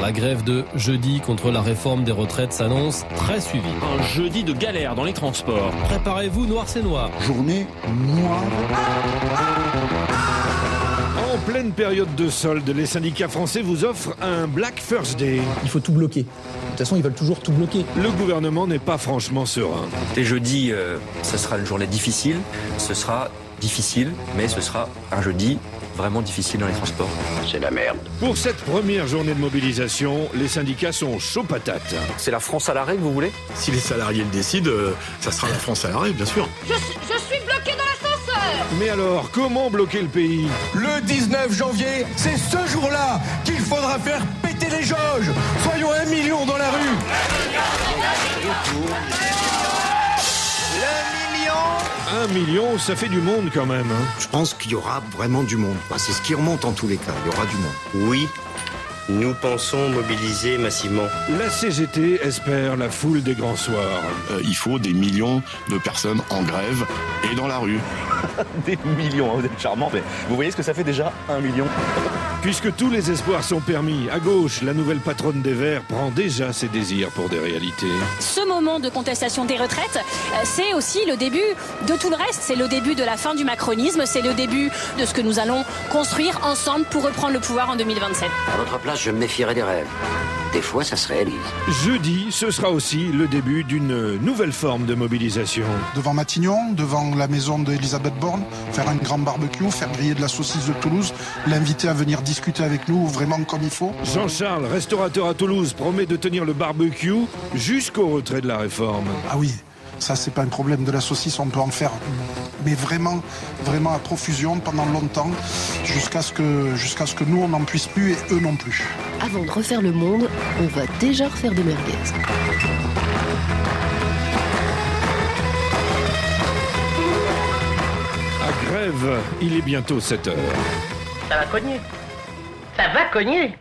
La grève de jeudi contre la réforme des retraites s'annonce très suivie. Un jeudi de galère dans les transports. Préparez-vous, noir c'est noir. Journée noire. En pleine période de solde, les syndicats français vous offrent un Black Thursday. Il faut tout bloquer. De toute façon, ils veulent toujours tout bloquer. Le gouvernement n'est pas franchement serein. Et jeudi, euh, ce sera une journée difficile. Ce sera difficile, mais ce sera un jeudi vraiment difficile dans les transports. C'est la merde. Pour cette première journée de mobilisation, les syndicats sont chauds patates. C'est la France à l'arrêt que vous voulez Si les salariés le décident, euh, ça sera la France à l'arrêt, bien sûr. Je, je suis bloqué dans l'ascenseur Mais alors, comment bloquer le pays Le 19 janvier, c'est ce jour-là qu'il faudra faire péter les jauges Soyons un million dans la rue Le million un million, ça fait du monde quand même. Hein. Je pense qu'il y aura vraiment du monde. C'est ce qui remonte en tous les cas. Il y aura du monde. Oui. Nous pensons mobiliser massivement. La CGT espère la foule des grands soirs. Euh, il faut des millions de personnes en grève et dans la rue. des millions, hein, vous êtes charmant, mais vous voyez ce que ça fait déjà un million. Puisque tous les espoirs sont permis, à gauche, la nouvelle patronne des Verts prend déjà ses désirs pour des réalités. Ce moment de contestation des retraites, euh, c'est aussi le début de tout le reste. C'est le début de la fin du macronisme, c'est le début de ce que nous allons construire ensemble pour reprendre le pouvoir en 2027. À votre place, je me méfierais des rêves. Des fois, ça se réalise. Jeudi, ce sera aussi le début d'une nouvelle forme de mobilisation. Devant Matignon, devant la maison d'Elisabeth Borne, faire un grand barbecue, faire griller de la saucisse de Toulouse, l'inviter à venir discuter avec nous vraiment comme il faut. Jean-Charles, restaurateur à Toulouse, promet de tenir le barbecue jusqu'au retrait de la réforme. Ah oui, ça, c'est pas un problème de la saucisse, on peut en faire, mais vraiment, vraiment à profusion pendant longtemps, jusqu'à ce que, jusqu'à ce que nous on n'en puisse plus et eux non plus. Avant de refaire le monde, on va déjà refaire des merguez. À grève, il est bientôt 7 heures. Ça va cogner. Ça va cogner.